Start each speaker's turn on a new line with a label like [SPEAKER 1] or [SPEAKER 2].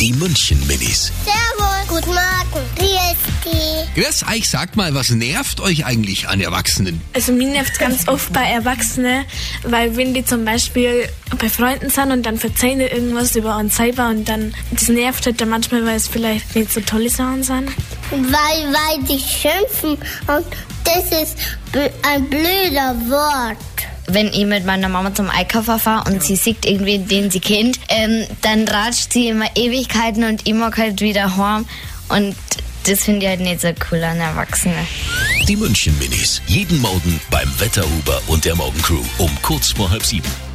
[SPEAKER 1] Die München Minis.
[SPEAKER 2] Servus. Guten Morgen. Wie
[SPEAKER 1] Grüß euch, sagt mal, was nervt euch eigentlich an Erwachsenen?
[SPEAKER 3] Also mir nervt ganz oft bei Erwachsenen, weil wenn die zum Beispiel bei Freunden sind und dann verzeihen die irgendwas über uns selber und dann das nervt halt dann manchmal, weil es vielleicht nicht so tolle Sachen sind.
[SPEAKER 2] Weil, weil die schimpfen und das ist bl- ein blöder Wort.
[SPEAKER 4] wenn ich mit meiner Mama zum Einkaufen fahre und sie sieht irgendwie den sie kennt, ähm, dann ratscht sie immer Ewigkeiten und ich mag halt wieder heim. Und das finde ich halt nicht so cool an Erwachsenen.
[SPEAKER 1] Die München Minis. Jeden Morgen beim Wetterhuber und der Morgencrew um kurz vor halb sieben.